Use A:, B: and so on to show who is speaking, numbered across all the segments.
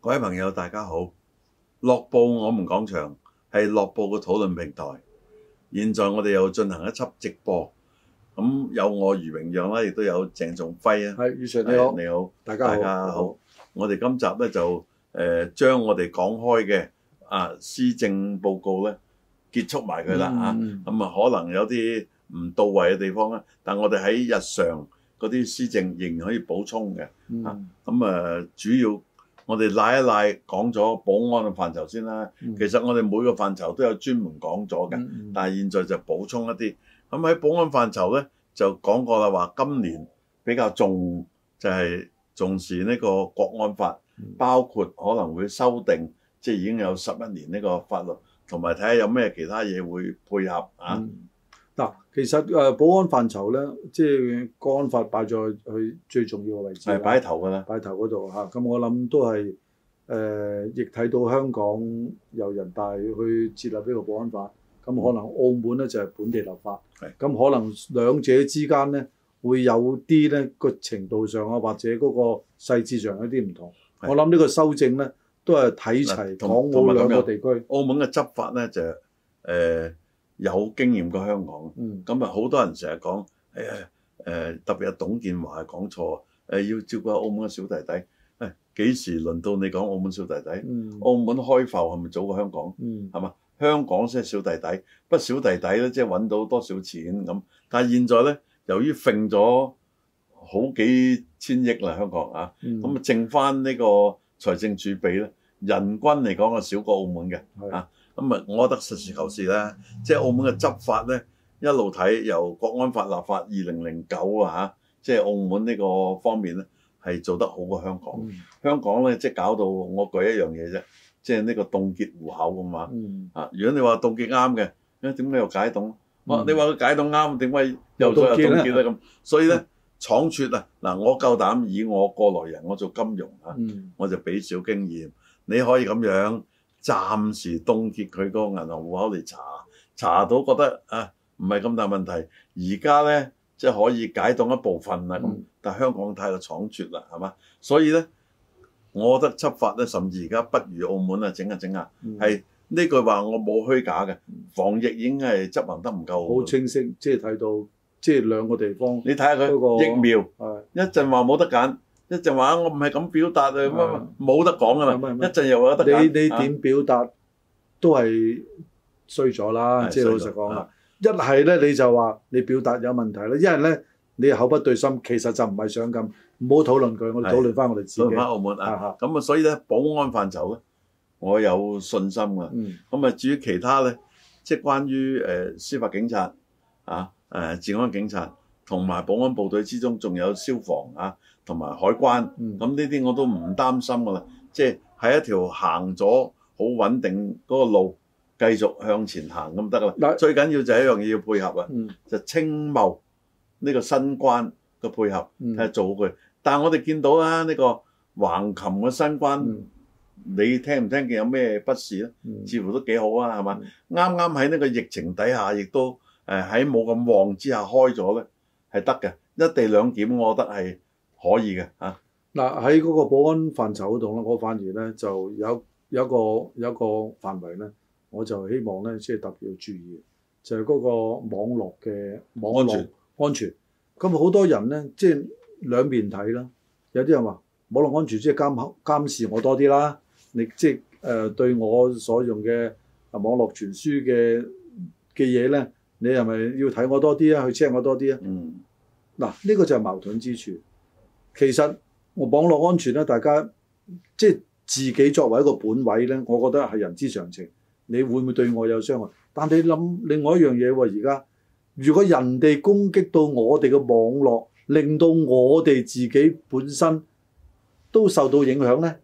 A: 各位朋友，大家好！《樂報我們講場》係樂報嘅討論平台。現在我哋又進行一輯直播，咁有我余榮讓啦，亦都有鄭仲輝啊。
B: 係，宇 Sir 你好，
A: 你好，
B: 大家
A: 大
B: 好，
A: 家好。我哋今集咧就誒將我哋講開嘅啊施政報告咧結束埋佢啦嚇。
B: 嗯
A: 咁啊，可能有啲唔到位嘅地方咧，但我哋喺日常嗰啲施政仍然可以補充嘅。
B: 嗯
A: 咁啊，主要我哋賴一賴講咗保安嘅範疇先啦。
B: 嗯
A: 其實我哋每個範疇都有專門啊講咗嘅，
B: 嗯
A: 但係現在就補充一啲。咁喺保安範疇咧，就講過啦，話今年比較重就係重視呢個國安法
B: 嗯，
A: 包括可能會修訂，即係已經有十一年呢個法律，同埋睇下有咩其他嘢會配合啊。
B: 嗯嗱，其實誒保安範疇咧，即係國安法擺在佢最重要嘅位置啦，
A: 係擺喺頭㗎啦，
B: 擺頭嗰度嚇。咁我諗都係誒，亦睇到香港由人大去設立呢個保安法，咁可能澳門咧就係本地立法，
A: 係
B: 咁可能兩者之間咧會有啲咧個程度上啊，或者嗰個細節上有啲唔同。
A: 係
B: 我諗呢個修正咧都係睇齊
A: 嗱同
B: 港
A: 同
B: 澳
A: 埋咁
B: 兩個
A: 樣
B: 地區，
A: 澳門嘅執法咧就誒、呃有經驗過香港。
B: 嗯。
A: 咁啊，好多人成日講誒誒，特別係董建華講錯啊，誒、要照顧下澳門嘅小弟弟。誒、幾時輪到你講澳門小弟弟？
B: 嗯
A: 澳門開埠係咪早過香港？
B: 嗯
A: 香港先係小弟弟，不過小弟弟咧，即係揾到多少錢咁。但係現在咧，由於揈咗好幾千億啦，香港啊，
B: 嗯
A: 咁啊剩翻呢個財政儲備咧，人均嚟講係少過澳門嘅。
B: 係
A: 啊咁啊，我覺得實事求是啦，即係澳門嘅執法咧，一路睇由國安法立法二零零九啊嚇，即係澳門呢個方面咧係做得好過香港。
B: 嗯
A: 香港咧即係搞到我舉一樣嘢啫，即係呢個凍結戶口咁嘛。
B: 嗯
A: 啊，如果你話凍結啱嘅，咁點解又解凍？我、
B: 嗯
A: 你話佢解凍啱，點解又再又
B: 又
A: 凍
B: 凍
A: 結
B: 結
A: 咧咁？所以
B: 嗯
A: 咧，闖竄啊！嗱，我夠膽以我過來人，我做金融啊。
B: 嗯
A: 我就俾少經驗。你可以咁樣暫時凍結佢個銀行戶口嚟查，查到覺得啊唔係咁大問題。而家咧即係可以解凍一部分啦咁，
B: 嗯
A: 但香港太過倉卒啦，係嘛？所以咧，我覺得執法咧，甚至而家不如澳門啊，整下整下
B: 嗯
A: 係呢句話我冇虛假嘅，防疫已經係執行得唔夠
B: 好
A: 好。
B: 清晰，即係睇到即係兩個地方
A: 你睇下
B: 嗰個
A: 佢疫苗。
B: 係
A: 一陣話冇得揀，一陣話我唔係咁表達啊，乜乜冇得講噶
B: 唔係
A: 嘛
B: 唔，
A: 一
B: 係
A: 陣又話有得
B: 啊你
A: 揀。
B: 你
A: 啊
B: 點表達都係衰咗啦，
A: 係
B: 即係老
A: 衰咗
B: 實講啦
A: 啊。
B: 一係咧你就話你表達有問題啦，一係咧你口不對心，其實就唔係想咁，唔好討論佢，我哋
A: 係
B: 討論翻我哋自己
A: 所以。翻澳門啊
B: 啊，
A: 咁啊，所以咧保安範疇咧，我有信心噶。
B: 嗯
A: 咁啊，至於其他咧，即係關於誒、呃司法警察啊、誒、治安警察同埋保安部隊之中，仲有消防啊，同埋海關。
B: 嗯
A: 咁呢啲我都唔擔心噶啦，即係喺一條行咗好穩定嗰個路，繼續向前行咁得噶啦。
B: 嗱
A: 最緊要就係一樣嘢要配合啊！
B: 嗯
A: 就清茂呢個新關嘅配合，
B: 嗯
A: 睇下做好佢。但係我哋見到啦，呢個橫琴嘅新關，
B: 嗯
A: 你聽唔聽見有咩不是咧？
B: 嗯
A: 似乎都幾好啊，係嘛
B: 嗯？
A: 啱啱喺呢個疫情底下，亦都誒喺冇咁旺之下開咗咧，係得嘅。一地兩檢，我覺得係可以嘅啊。
B: 嗱喺嗰個保安範疇嗰度咧，我反而咧就有有一個有一個範圍咧，我就希望咧即係特別要注意嘅，就係、嗰個網絡嘅網
A: 安
B: 絡
A: 全
B: 安全。咁好多人咧即係兩面睇啦，有啲人話網絡安全即係監控監視我多啲啦，你即係誒、呃、對我所用嘅啊網絡傳輸嘅嘅嘢咧，你係咪要睇我多啲啊？去 check 我多啲啊？
A: 嗯，
B: 嗱，呢、個就係矛盾之處。其實我網絡安全咧，大家即係自己作為一個本位咧，我覺得係人之常情。你會唔會對我有傷害？但你諗另外一樣嘢喎，而家如果人哋攻擊到我哋嘅網絡，令到我哋自己本身都受到影響咧，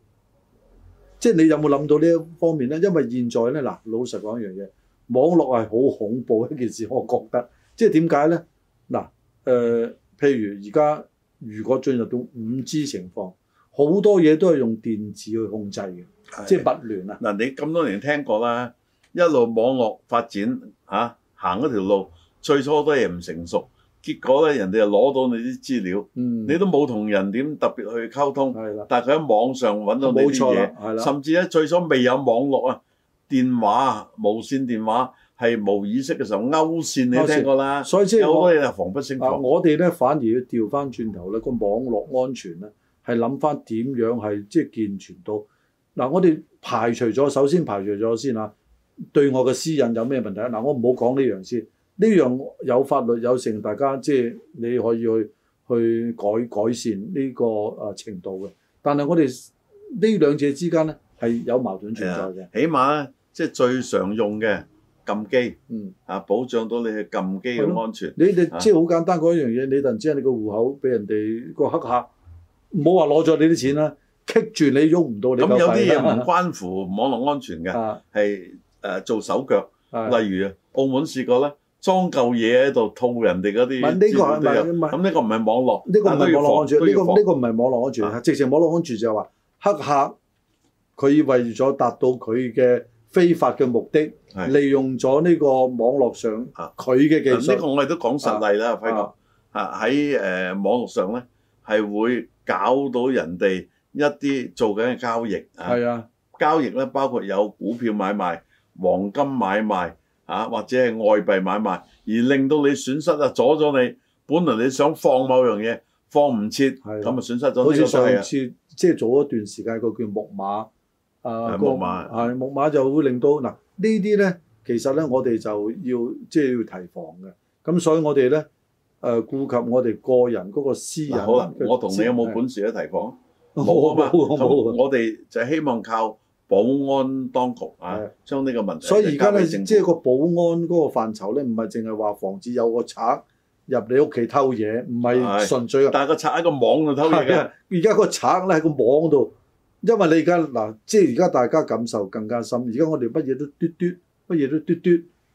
B: 即係你有冇諗到呢一方面咧？因為現在咧，嗱，老實講一樣嘢，網絡係好恐怖一件事，我覺得。即係點解咧？嗱，誒、譬如而家如果進入到五 G 情況，好多嘢都係用電子去控制嘅，
A: 嗯
B: 即係物聯啊。
A: 嗱，你咁多年聽過啦，一路網絡發展嚇、啊行嗰條路，最初好多嘢唔成熟，結果咧人哋就攞到你啲資料，
B: 嗯，
A: 你都冇同人點特別去溝通，
B: 係啦，
A: 但係佢喺網上揾到你
B: 冇
A: 啲
B: 錯
A: 嘢
B: 啦，，係啦，
A: 甚至咧最初未有網絡啊，電話啊無線電話係無意識嘅時候勾線，你
B: 勾線
A: 聽過啦，
B: 所以即係
A: 有好
B: 我
A: 多嘢係防不勝
B: 啊，
A: 防。
B: 我哋咧反而要調翻轉頭咧，個網絡安全咧係諗翻點樣係即係健全到嗱，我哋排除咗首先排除咗先啊，對我嘅私隱有咩問題啊？嗱，我唔好講呢樣先，呢樣有法律有成，大家即係你可以去去改改善呢個誒程度嘅，但係我哋呢兩者之間咧係有矛盾存在嘅，
A: 起碼咧即係最常用嘅撳機
B: 嗯。
A: 啊，保障到你嘅撳機
B: 係
A: 嘅
B: 咯
A: 安全。
B: 你哋
A: 啊
B: 即係好簡單嗰一樣嘢，你突然之間你個戶口俾人哋個黑客，唔好話攞咗你啲錢啦，棘住你喐唔到你
A: 咁有
B: 夠
A: 啲
B: 費
A: 嘢唔
B: 啦
A: 關乎網絡安全嘅，
B: 啊
A: 係誒、呃做手腳。
B: 啊
A: 例如澳門試過咧，裝嚿嘢喺度套人哋嗰啲
B: 唔係呢個係
A: 資料都有
B: 唔係
A: 咁呢個唔係網絡，
B: 呢個唔係網絡安全，
A: 都
B: 呢
A: 要
B: 個
A: 防
B: 呢個唔係網絡安
A: 啊
B: 全，直情網絡安全就係話黑客佢為咗達到佢嘅非法嘅目的
A: 係，
B: 利用咗呢個網絡上
A: 啊
B: 佢嘅技
A: 呢個
B: 術
A: 我哋都講實例啦，輝哥
B: 啊
A: 啊喺誒網絡上咧係會搞到人哋一啲做緊嘅交易啊，
B: 係啊，
A: 交易咧包括有股票買賣、黃金買賣啊，或者係外幣買賣，而令到你損失啊，阻咗你。本來你想放某樣嘢，放唔切，
B: 係啦
A: 咁啊損失咗呢個
B: 好似
A: 都係
B: 上
A: 啊
B: 次即係早一段時間個叫木馬啊，
A: 係
B: 個
A: 木馬
B: 係木馬就會令到嗱呢啲咧，其實咧我哋就要即係要提防嘅。咁所以我哋咧誒顧及我哋個人啊嗰個私
A: 嗱
B: 隱。
A: 好啦，我同你有 冇？本事咧提防？
B: 冇啊
A: 啊嘛，
B: 冇
A: 咁
B: 冇。
A: 我哋就希望靠保安當局啊
B: 係，
A: 將呢個問題
B: 所以而家
A: 交
B: 咧，
A: 俾政府
B: 即係個保安嗰個範疇咧，唔係淨係話防止有個賊入你屋企偷嘢，唔
A: 係
B: 係純粹啊
A: 但係個賊喺個網度偷嘢
B: 係
A: 嘅，
B: 啊！而家個賊咧喺個網度，因為你而家嗱，即係而家大家感受更加深。而家我哋乜嘢都嘟嘟，乜嘢都嘟嘟，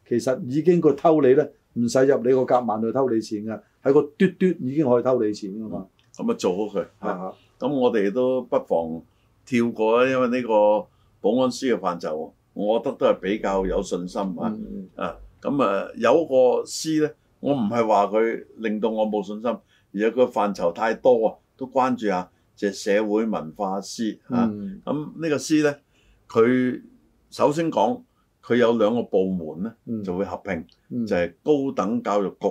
B: 其實已經個偷你咧，唔使入你個夾萬去偷你錢㗎，喺個嘟嘟已經可以偷你錢㗎嘛。
A: 咁啊做好佢。啊
B: 啊，
A: 咁我哋都不妨跳過啦，啊因為呢個保安司嘅範疇，我覺得都係比較有信心啊。
B: 嗯
A: 啊，咁啊有個師咧，我唔係話佢令到我冇信心，而係佢範疇太多啊，都關注下即係社會文化師啊。
B: 嗯
A: 咁呢個師咧，佢首先講佢有兩個部門咧
B: 嗯
A: 就會合併，
B: 嗯
A: 就係高等教育局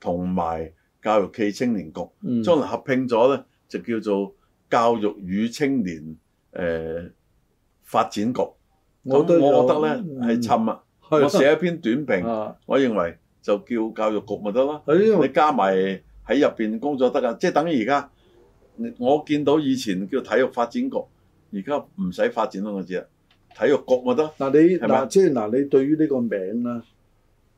A: 同埋教育暨青年局，
B: 嗯
A: 將來合併咗咧就叫做教育與青年誒、呃、發展局。咁我覺
B: 都有嗯
A: 得咧係沉啊！
B: 係
A: 我寫一篇短評。
B: 啊，
A: 我認為就叫教育局咪得咯，
B: 係因
A: 你
B: 為
A: 加埋喺入邊工作得噶，即係等於而家我見到以前叫體育發展局，而家唔使發展兩個字啦，啊體育局咪得，
B: 嗱你
A: 係咪
B: 嗱即係嗱你對於呢個名咧，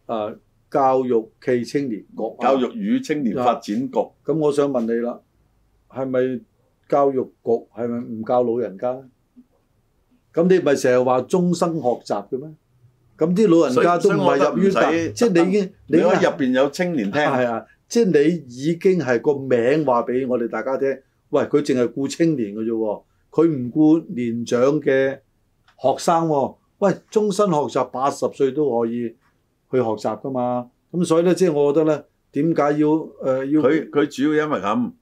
B: 啊教育暨青年局啊
A: 教育與青年發展局
B: 咁我想問你啦，係咪教育局係咪唔教老人家咧？咁你咪成日話終生學習嘅咩？咁啲老人家都
A: 所以
B: 唔係入於
A: 所以我覺得唔使
B: 大，即係你已經
A: 你
B: 已經
A: 喺入邊有青年廳，
B: 係啊，即係你已經係個名話俾我哋大家聽，喂，佢淨係顧青年嘅啫喎，佢唔顧年長嘅學生喎。喂，終身學習八十歲都可以去學習噶嘛。咁所以咧，即係我覺得咧，點解要誒、呃要
A: 佢佢主要因為咁，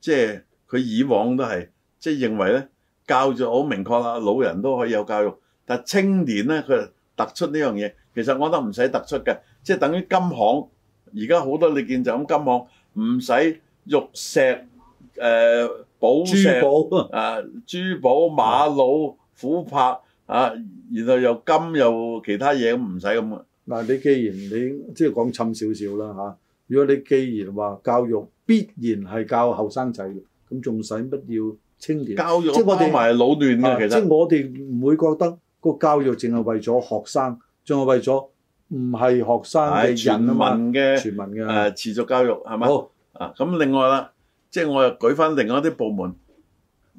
A: 即係佢以往都係即係認為咧教育好明確啦，老人都可以有教育，但係青年咧佢就突出呢樣嘢，其實我覺得唔使突出嘅，即係等於金行，而家好多你見就咁金行唔使玉石誒、呃寶石
B: 珠寶？
A: 啊珠寶馬瑙琥珀啊，然後又金又其他嘢咁唔使咁嘅，
B: 嗱，你既然你即係講沉少少啦嚇，如果你既然話教育必然係教後生仔嘅，咁仲使乜要青年？
A: 教育
B: 即係我
A: 包
B: 哋
A: 埋老嫩
B: 啊
A: 嘅其
B: 即
A: 實
B: 係。我哋唔會覺得個教育淨係為咗學生，仲係為咗唔係學生
A: 係
B: 嘅
A: 全
B: 人啊
A: 民
B: 嘛，
A: 嘅
B: 全民
A: 誒、
B: 嘅。
A: 持續教育係咪？
B: 好，
A: 啊，咁另外啦，即係我又舉翻另外一啲部門，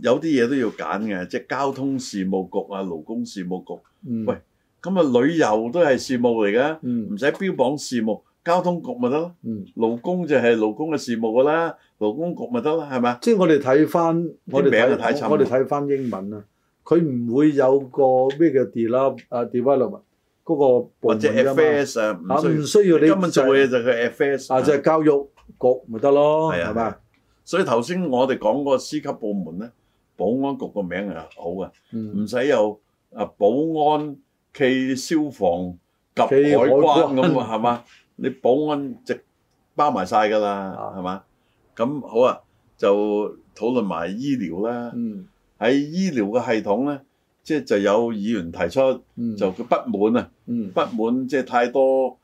A: 有啲嘢都要揀嘅，即係交通事務局啊、勞工事務局，
B: 嗯，
A: 喂咁啊旅遊都係事務嚟嘅，
B: 嗯
A: 唔使標榜事務，交通局咪得咯，
B: 嗯，
A: 勞工就係勞工嘅事務噶啦，勞工局咪得啦，係咪？
B: 即係我哋睇翻，我哋
A: 名就太沉
B: 睇，我哋睇翻英文啊，佢唔會有個咩叫 develop 啊 development 嗰個部
A: 或
B: 門
A: 者
B: 㗎嘛
A: FS 啊，唔
B: 啊，
A: 需
B: 唔
A: 要，
B: 需要你
A: 根本做
B: 就係
A: 嘢就係 FS
B: 啊，就係教育局咪得咯，
A: 係啊
B: 係咪？
A: 所以頭先我哋講嗰個司級部門咧，保安局個名係好嘅，
B: 嗯，
A: 唔使有啊保安暨消防及海
B: 暨海
A: 關
B: 關
A: 咁啊，係 嘛？你保安直包埋晒㗎啦，
B: 啊
A: 係嘛？咁好啊，就討論埋醫療啦。
B: 嗯，
A: 喺醫療嘅系統咧，即係就有議員提出
B: 嗯，
A: 就佢不滿啊。
B: 嗯，
A: 不滿即係太多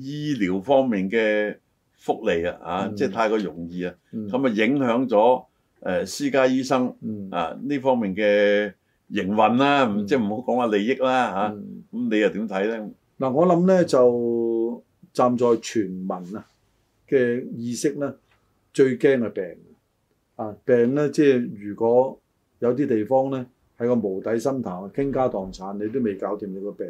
A: 醫療方面嘅福利啊，啊，
B: 嗯
A: 即係太過容易啊，
B: 嗯
A: 咁啊影響咗誒私家醫生
B: 嗯，
A: 啊呢方面嘅營運啦，唔
B: 嗯
A: 即係唔好講話利益啦嚇。啊
B: 嗯
A: 咁你又點睇咧？
B: 嗱，我諗咧就站在全民啊嘅意識咧，最驚係病啊！病咧，即係如果有啲地方咧係個無底深潭，啊傾家蕩產，你都未搞掂你個病。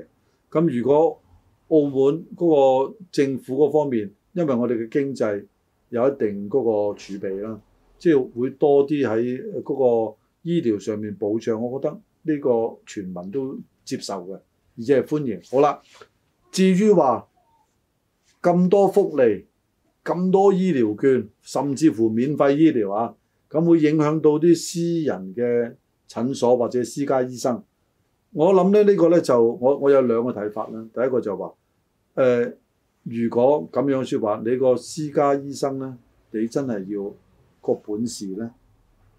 B: 咁如果澳門嗰個政府嗰方面，因為我哋嘅經濟有一定嗰個儲備啦，即係會多啲喺嗰個醫療上面保障，我覺得呢個全民都接受嘅。而且係歡迎。好啦，至於話咁多福利、咁多醫療券，甚至乎免費醫療啊，咁會影響到啲私人嘅診所或者私家醫生。我諗咧呢個咧就我我有兩個睇法啦。第一個就話誒、呃如果咁樣説話，你個私家醫生咧，你真係要個本事咧，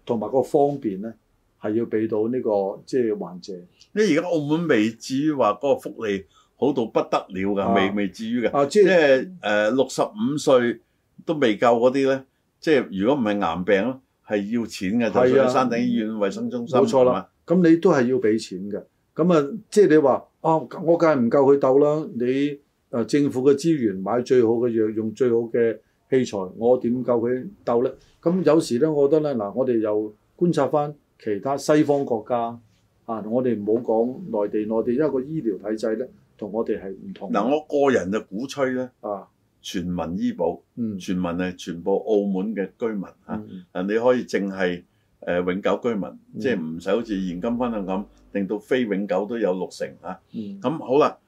B: 同埋個方便咧，係要俾到呢、個即係患者。
A: 因為而家澳門未至於話嗰個福利好到不得了
B: 啊
A: 㗎，未未至於㗎。
B: 啊，即
A: 即
B: 係
A: 係誒六十五歲都未夠嗰啲咧，即係如果唔係癌病咯，係要錢嘅，就
B: 係
A: 算
B: 啊
A: 喺山頂醫院衞生中心
B: 冇錯啦
A: 係嘛
B: 咁你都係要俾錢嘅。咁啊，即係你話啊，我梗係唔夠佢鬥啦。你誒、呃政府嘅資源買最好嘅藥，用最好嘅器材，我點夠佢鬥呢？咁有時呢，我覺得呢，嗱，我哋又觀察翻其他西方國家啊，我哋唔好講內地，內地因為個醫療體制呢，同我哋係唔同。
A: 嗱，我個人就鼓吹咧。
B: 啊，
A: 全民醫保，
B: 嗯，
A: 全民係全部澳門嘅居民嚇。啊
B: 嗯
A: 你可以淨係誒永久居民，
B: 嗯
A: 即係唔使好似現金分享咁，令到非永久都有六成嚇。
B: 嗯
A: 咁、好啦，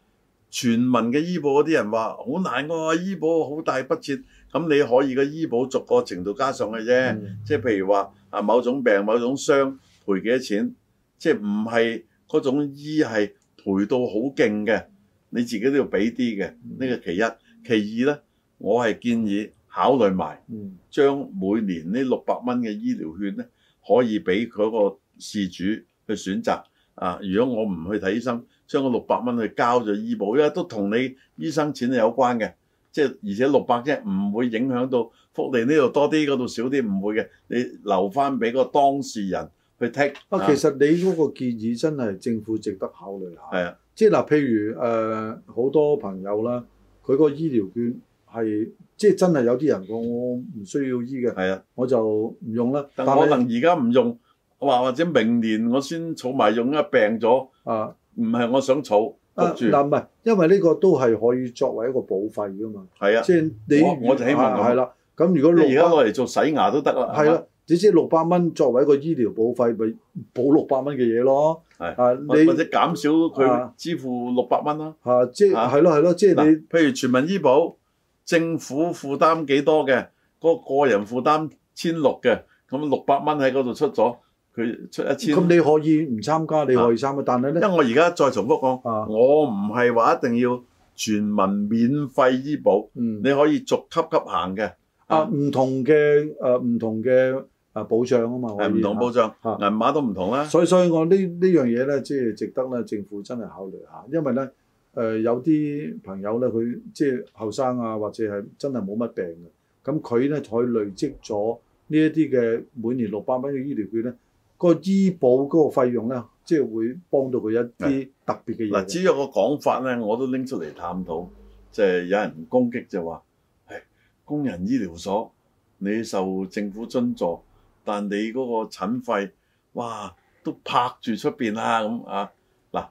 A: 全民嘅醫保嗰啲人話好難㗎、醫保好大筆折。咁你可以個醫保逐個程度加上嘅啫。
B: 嗯
A: 即係譬如話啊，某種病、某種傷賠幾多錢，即係唔係嗰種醫係賠到好勁嘅，你自己都要俾啲嘅。呢個其一，其二呢，我係建議考慮埋
B: 嗯
A: 將每年呢六百蚊嘅醫療券呢，可以俾嗰個事主去選擇。啊，如果我唔去睇醫生，將個六百蚊去交咗醫保，因為都同你醫生錢係有關嘅。即係而且六百啫，唔會影響到福利呢度多啲，嗰度少啲，唔會嘅。你留翻俾個當事人去剔。
B: 啊，其實你嗰個建議真係政府值得考慮下。
A: 係啊，
B: 即係嗱，譬如誒呃好、多朋友啦，佢個醫療券係即係真係有啲人講我唔需要醫嘅，
A: 係啊。
B: 我就唔用啦。
A: 但
B: 但
A: 可
B: 係
A: 能而家唔用，話或者明年我先儲埋用，因為病咗，
B: 啊
A: 唔係我想儲，
B: 啊
A: 焗住。
B: 嗱唔係，因為呢個都係可以作為一個保費噶嘛。
A: 係啊，
B: 即係你
A: 我我就希望咁
B: 啊係啦。咁如果
A: 而家
B: 六百
A: 攞嚟做洗牙都得啦。
B: 係啦，你知六百蚊作為一個醫療保費，咪補六百蚊嘅嘢咯。
A: 係
B: 啊，
A: 係嘛，或或
B: 你
A: 者減少佢
B: 啊
A: 支付六百蚊啦。
B: 啊即係
A: 啊
B: 係咯係咯，即係你
A: 嗱，譬如全民醫保，政府負擔幾多嘅，嗰個個人負擔千六嘅，咁六百蚊喺嗰度出咗，佢出一千。
B: 咁你可以唔參加，你可以參加，但係
A: 啊因
B: 咧
A: 為我而家再重複講，
B: 啊
A: 我唔係話一定要全民免費醫保，
B: 嗯。
A: 你可以逐級級行嘅。
B: 啊，唔同嘅誒唔同嘅誒保障啊嘛，
A: 係
B: 可以
A: 唔同保障，
B: 啊
A: 銀碼都唔同啦。
B: 所以所以我呢呢樣嘢咧，即係值得咧政府真係考慮下，因為咧誒、呃有啲朋友咧，佢即係後生啊，或者係真係冇乜病嘅，咁佢咧佢累積咗呢一啲嘅每年六百蚊嘅醫療券咧，個醫保嗰個費用咧，即係會幫到佢一啲特別嘅
A: 嗱，
B: 嘢
A: 至
B: 嘅。
A: 於個講法咧，我都拎出嚟探討，即係有人攻擊就話，唉，工人醫療所你受政府津助，但你嗰個診費，哇，都拍住出邊啦咁啊！嗱，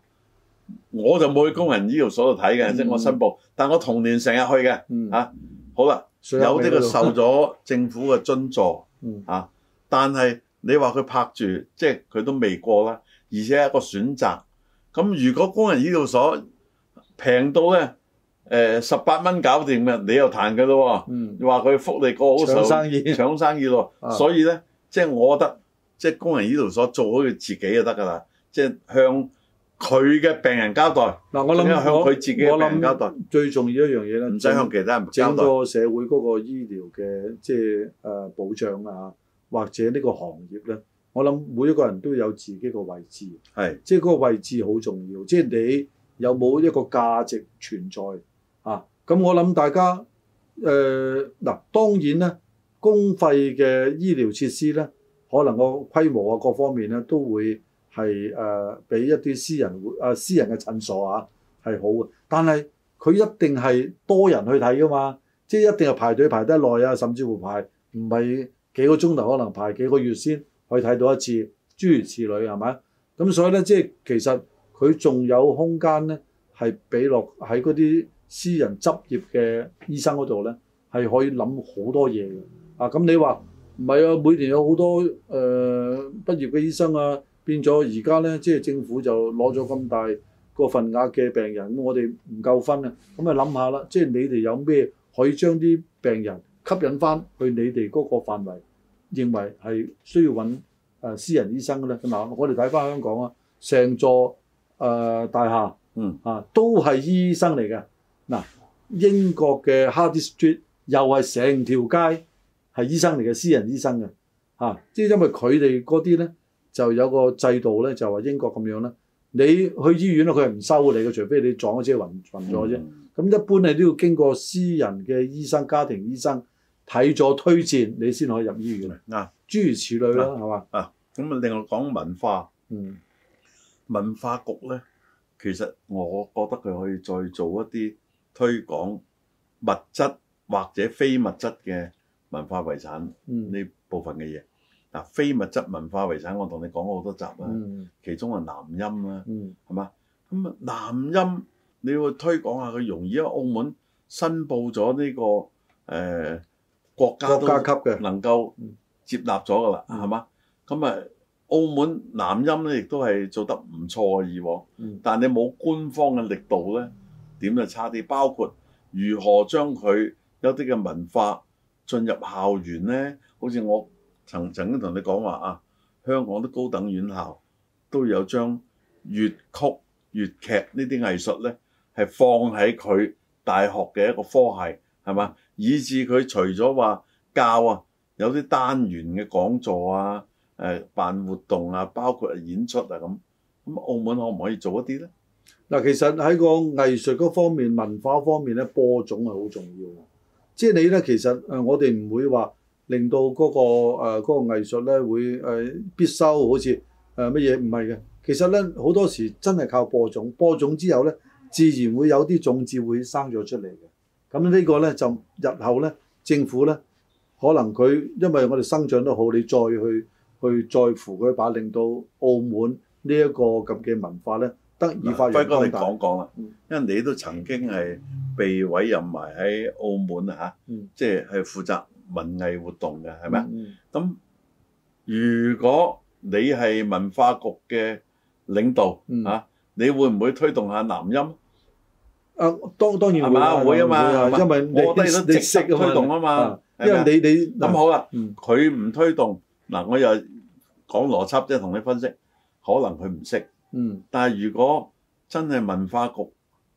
A: 我就冇去工人醫療所度睇嘅，
B: 嗯
A: 即係我申報，但我童年成日去嘅。
B: 嗯
A: 啊好啦，
B: 水
A: 有
B: 呢
A: 啲佢受咗政府嘅津助
B: 嗯
A: 啊，但係你話佢拍住，即係佢都未過啦，而且係一個選擇。咁如果工人醫療所平到咧，誒十八蚊搞掂嘅，你又彈佢咯
B: 嗯，
A: 喎，話佢福利過好手，
B: 搶生意
A: 搶生意咯
B: 啊。
A: 所以咧，即係我覺得，即係工人醫療所做好佢自己就得㗎啦，即係向佢嘅病人交代，
B: 嗱，我諗
A: 仲有向佢自己嘅
B: 我
A: 病人交
B: 諗
A: 代，
B: 最重要一樣嘢咧，
A: 唔使向其他人交
B: 整
A: 代。
B: 個社會嗰個醫療嘅即係誒保障啊，或者呢個行業咧，我諗每一個人都有自己個位置，
A: 係
B: 即係嗰個位置好重要，即係你有冇一個價值存在啊？咁我諗大家誒嗱、當然咧，公費嘅醫療設施咧，可能個規模啊各方面咧都會係誒比一啲私人會啊私人嘅診所啊係好嘅，但係佢一定係多人去睇噶嘛，即係一定係排隊排得耐啊，甚至乎排唔係幾個鐘頭，可能排幾個月先可以睇到一次，諸如此類係咪？咁所以咧，即係其實佢仲有空間咧，係俾落喺嗰啲私人執業嘅醫生嗰度咧，係可以諗好多嘢嘅。啊，咁你話唔係啊？每年有好多誒、呃、畢業嘅醫生啊，變咗而家咧，即係政府就攞咗咁大個份額嘅病人，咁我哋唔夠分啊，咁啊諗下啦，即係你哋有咩可以將啲病人吸引翻去你哋嗰個範圍，認為係需要揾誒、呃私人醫生嘅咧？咁嗱，我哋睇翻香港啊，成座誒、呃大廈，
A: 嗯
B: 啊，都係醫生嚟嘅。嗱，英國嘅 Hardy Street 又係成條街係醫生嚟嘅，私人醫生嘅嚇、啊即係因為佢哋嗰啲咧就有個制度咧，就話英國咁樣咧，你去醫院咧佢係唔收你嘅，除非你撞咗車暈暈咗啫。咁一般你都要經過私人嘅醫生、家庭醫生睇咗推薦，你先可以入醫院。
A: 嗱
B: 諸如此類啦，係嘛？
A: 啊，咁啊，另外講文化，
B: 嗯
A: 文化局咧，其實我覺得佢可以再做一啲推廣物質或者非物質嘅文化遺產。
B: 嗯
A: 呢部分嘅嘢。嗱，非物質文化遺產，我同你講過好多集啦，
B: 嗯
A: 其中係南音啦，
B: 嗯
A: 係嘛？咁啊，南音你要推廣下佢容易，因為啊澳門申報咗呢、個誒、呃、國家
B: 國
A: 都
B: 家級嘅
A: 能夠接納咗噶啦，
B: 嗯
A: 係嘛？咁啊，澳門南音咧亦都係做得唔錯啊以往。
B: 嗯
A: 但你冇官方嘅力度咧，點就差啲。包括如何將佢有啲嘅文化進入校園咧，好似我曾曾經同你講話啊，香港啲高等院校都有將粵曲、粵劇呢啲藝術咧，係放喺佢大學嘅一個科系，係嘛？以至佢除咗話教啊，有啲單元嘅講座啊，誒、辦活動啊，包括演出啊咁。咁澳門可唔可以做一啲咧？
B: 嗱，其實喺個藝術嗰方面、文化方面咧，播種係好重要啊嘅。即係你咧，其實誒、呃我哋唔會話令到嗰、個呃誒嗰、個藝術咧會誒、呃必修，好似呃誒乜嘢唔係嘅。其實咧好多時真係靠播種，播種之後咧，自然會有啲種子會生咗出嚟嘅。咁呢個咧就日後咧，政府咧可能佢因為我哋生長得好，你再去去在乎佢把令到澳門呢一個咁嘅文化咧得以發
A: 輝哥，
B: 揚光
A: 你
B: 大。
A: 講講啦
B: 嗯，
A: 因為你都曾經係被委任埋喺澳門啊嚇
B: 嗯，
A: 即係係負責文藝活動嘅，係咪啊？
B: 嗯？嗯
A: 咁如果你係文化局嘅領導
B: 嗯
A: 嚇，你會唔會推動下南音？
B: 啊，當當然
A: 係
B: 會
A: 嘛
B: 啦，
A: 會啊嘛，
B: 會啊
A: 係
B: 因為你
A: 我覺得都
B: 你你
A: 直
B: 識
A: 接推動啊嘛，
B: 因為
A: 係咪啊
B: 你你
A: 咁好啦，
B: 嗯
A: 佢唔推動嗱，我又講邏輯啫，同你分析，可能佢唔識。
B: 嗯
A: 但係如果真係文化局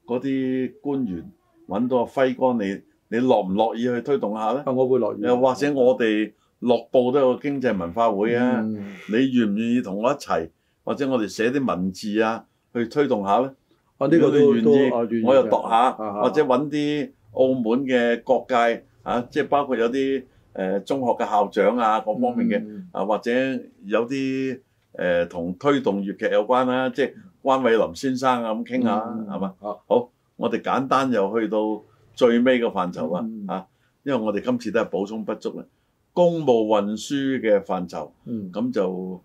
A: 嗰啲官員揾到阿輝哥你，你樂唔樂意去推動下呢？
B: 啊，我會樂意。
A: 又或者我哋落部都有個經濟文化會啊，
B: 嗯
A: 你願唔願意同我一齊，或者我哋寫啲文字啊，去推動下呢？
B: 啊呢個
A: 如果
B: 都
A: 你
B: 都
A: 願意
B: 啊願意
A: 我又
B: 嘅
A: 度下，
B: 啊啊
A: 或者揾啲澳門嘅各界啊，即係包括有啲誒、呃中學嘅校長啊，各方面嘅。
B: 嗯
A: 啊，或者有啲誒同推動粵劇有關啦，即係關偉林先生啊咁傾下啦，係嘛、？
B: 啊
A: 我哋簡單又去到最尾個範疇啦，
B: 嗯
A: 啊，因為我哋今次都係補充不足啦。公務運輸嘅範疇，
B: 嗯
A: 咁就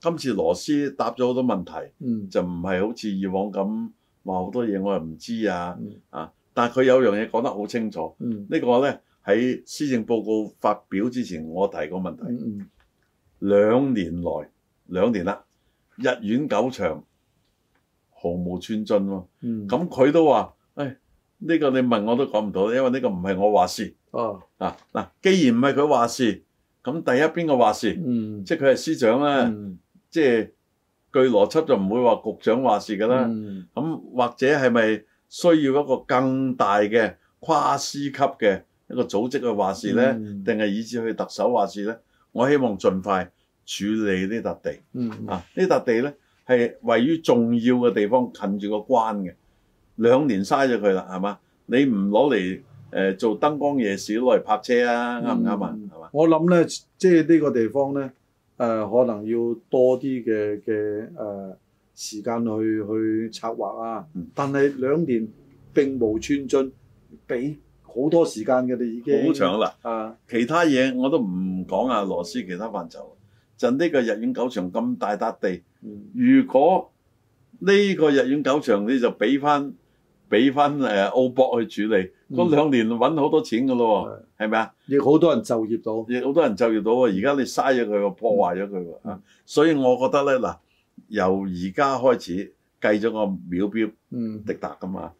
A: 今次羅斯答咗好多問題，
B: 嗯
A: 就唔係好似以往咁話好多嘢我又唔知啊，
B: 嗯
A: 啊，但係佢有樣嘢講得好清楚，
B: 嗯
A: 呢、個呢，喺施政報告發表之前，我提過問題。
B: 嗯
A: 兩年來兩年啦，日院九場毫無寸進喎、
B: 嗯
A: 咁佢都話：，誒、哎呢個你問我都講唔到，因為呢個唔係我話事
B: 啊，
A: 啊嗱。既然唔係佢話事，咁第一邊個話事，
B: 嗯，
A: 即係佢係司長啦，
B: 嗯
A: 即係據邏輯就唔會話局長話事㗎啦。
B: 嗯
A: 咁或者係咪需要一個更大嘅跨司級嘅一個組織嘅話事呢？
B: 嗯
A: 定係以至去特首話事呢？我希望盡快處理呢笪地
B: 嗯
A: 啊！呢笪地呢，係位於重要嘅地方，近住個關嘅，兩年嘥咗佢啦，係嘛？你唔攞嚟誒做燈光夜市攞嚟泊車啊？啱唔啱啊？
B: 嗯
A: 係嘛？
B: 我諗咧，即係呢個地方咧，誒、可能要多啲嘅嘅誒時間去去策劃啊。
A: 嗯
B: 但係兩年並無寸進，俾好多時間嘅你已經
A: 好長啦！
B: 啊，
A: 其他嘢我都唔講啊，羅斯其他範疇，就呢個日苑九場咁大笪地，
B: 嗯
A: 如果呢個日苑九場你就俾翻俾翻誒澳博去處理，
B: 嗯
A: 嗰兩年揾好多錢噶咯喎，係咪啊？
B: 亦好多人就業到。
A: 亦好多人就業到喎，而家你嘥咗佢喎，破壞咗佢
B: 嗯
A: 喎，啊所以我覺得咧嗱，由而家開始計咗個秒表
B: 嗯，
A: 滴答噶嘛，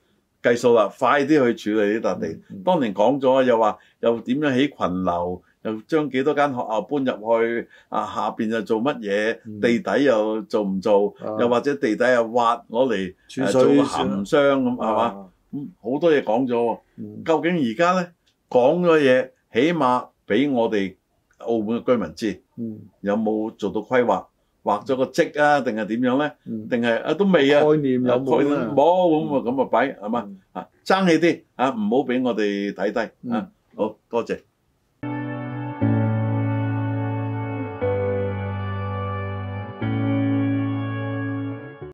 A: 計數啦，快啲去處理呢笪地。
B: 嗯
A: 當年講咗又話又點樣起群樓，又將幾多間學校搬入去啊，下邊又做乜嘢，
B: 嗯
A: 地底又做唔做，
B: 啊
A: 又或者地底又挖攞嚟
B: 儲
A: 誒
B: 水
A: 做個鹹箱咁係嘛？
B: 啊
A: 咁好多嘢講咗喎，
B: 嗯
A: 究竟而家咧講咗嘢，起碼俾我哋澳門嘅居民知，
B: 嗯
A: 有冇做到規劃，畫咗個積啊，定係點樣咧？
B: 嗯，
A: 定係啊都未啊？
B: 概念有
A: 概
B: 冇
A: 念
B: 啦？
A: 冇咁啊咁啊擺係嘛？
B: 嗯
A: 啊，爭氣啲啊，唔好俾我哋睇低
B: 嗯
A: 啊！好多謝。